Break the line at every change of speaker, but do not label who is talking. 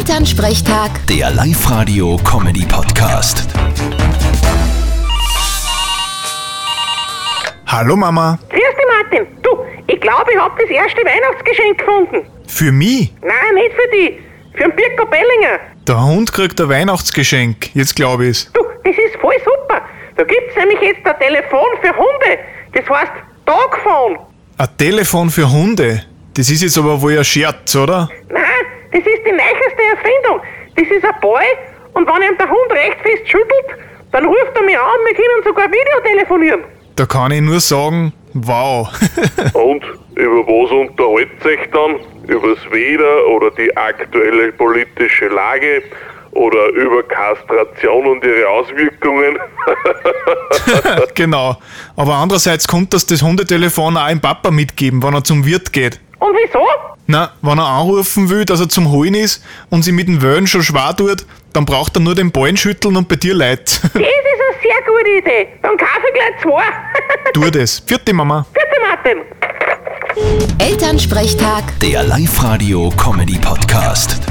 Elternsprechtag,
Der Live-Radio-Comedy-Podcast.
Hallo Mama,
Grüß dich, Martin. Du, ich glaube, ich hab das erste Weihnachtsgeschenk gefunden.
für mich?
Nein, nicht für dich. Für den Birko Bellinger.
Der Hund kriegt ein Weihnachtsgeschenk, jetzt glaube ich's.
Du, das ist voll super. Da gibt's nämlich jetzt ein Telefon für Hunde. Das heißt Dogphone.
Ein Telefon für Hunde. Das ist jetzt aber wohl ein Scherz, oder?
Nein, das ist die neueste Erfindung. Das ist ein Boy und wenn ihm der Hund recht fest schüttelt, dann ruft er mich an, wir können sogar Videotelefonieren.
Da kann ich nur sagen, wow.
Und über was unterhaltet sich dann? Über das Wetter oder die aktuelle politische Lage oder über Kastration und ihre Auswirkungen?
genau. Aber andererseits kommt das das Hundetelefon auch dem Papa mitgeben, wenn er zum Wirt geht.
Und wieso?
Na, wenn er anrufen will, dass er zum Holen ist und sie mit dem Wellen schon schwer tut, dann braucht er nur den Ballen schütteln und bei dir leid.
Das ist eine sehr gute Idee. Dann kaufe ich gleich zwei.
tu das. Vierte Mama.
Bitte, Martin.
Elternsprechtag.
Der Live-Radio-Comedy-Podcast.